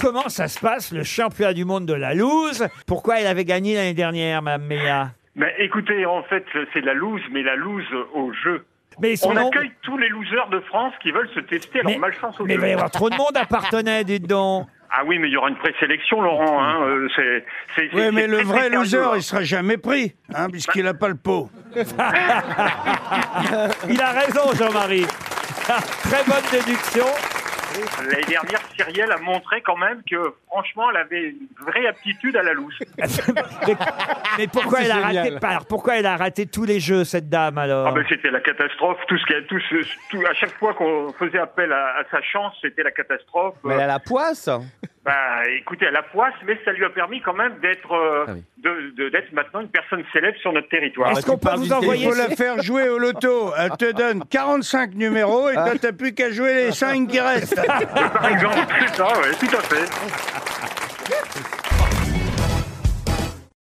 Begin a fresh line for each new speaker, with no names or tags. comment ça se passe, le championnat du monde de la loose Pourquoi elle avait gagné l'année dernière, Mme Meya
Ben, écoutez, en fait, c'est la loose, mais la loose au jeu.
Mais ils sont
On
nombreux.
accueille tous les losers de France qui veulent se tester à leur
Mais-
malchance au
Mais il
jeu.
va y avoir trop de monde appartenait, dites donc.
Ah oui, mais il y aura une présélection, Laurent. Hein. euh, c'est, c'est, c'est-
Oui, mais
c'est
le
très,
vrai
très sérieux,
loser,
hein.
il sera jamais pris, hein, puisqu'il n'a pas le pot.
Il a raison, Jean-Marie. Très bonne déduction.
L'année dernière, Cyrielle a montré quand même que, franchement, elle avait une vraie aptitude à la loose.
Mais, mais
Ah,
pourquoi elle a raté alors, Pourquoi elle a raté tous les jeux cette dame alors
Ah ben, c'était la catastrophe. Tout ce qu'elle, tout ce- tout- à chaque fois qu'on faisait appel à, à sa chance, c'était la catastrophe.
Mais elle a la poisse.
Bah, écoutez, à la poisse, mais ça lui a permis quand même d'être, euh,
Ah oui.
de, de- d'être maintenant une personne célèbre sur notre territoire.
Est-ce qu'on
tu
peut
parles
vous
du
Il
envoyer
faut la faire jouer au loto. Elle te donne 45 numéros et toi, t'as plus qu'à jouer les 5 qui restent.
Par exemple, c'est ça, ouais, tout à fait.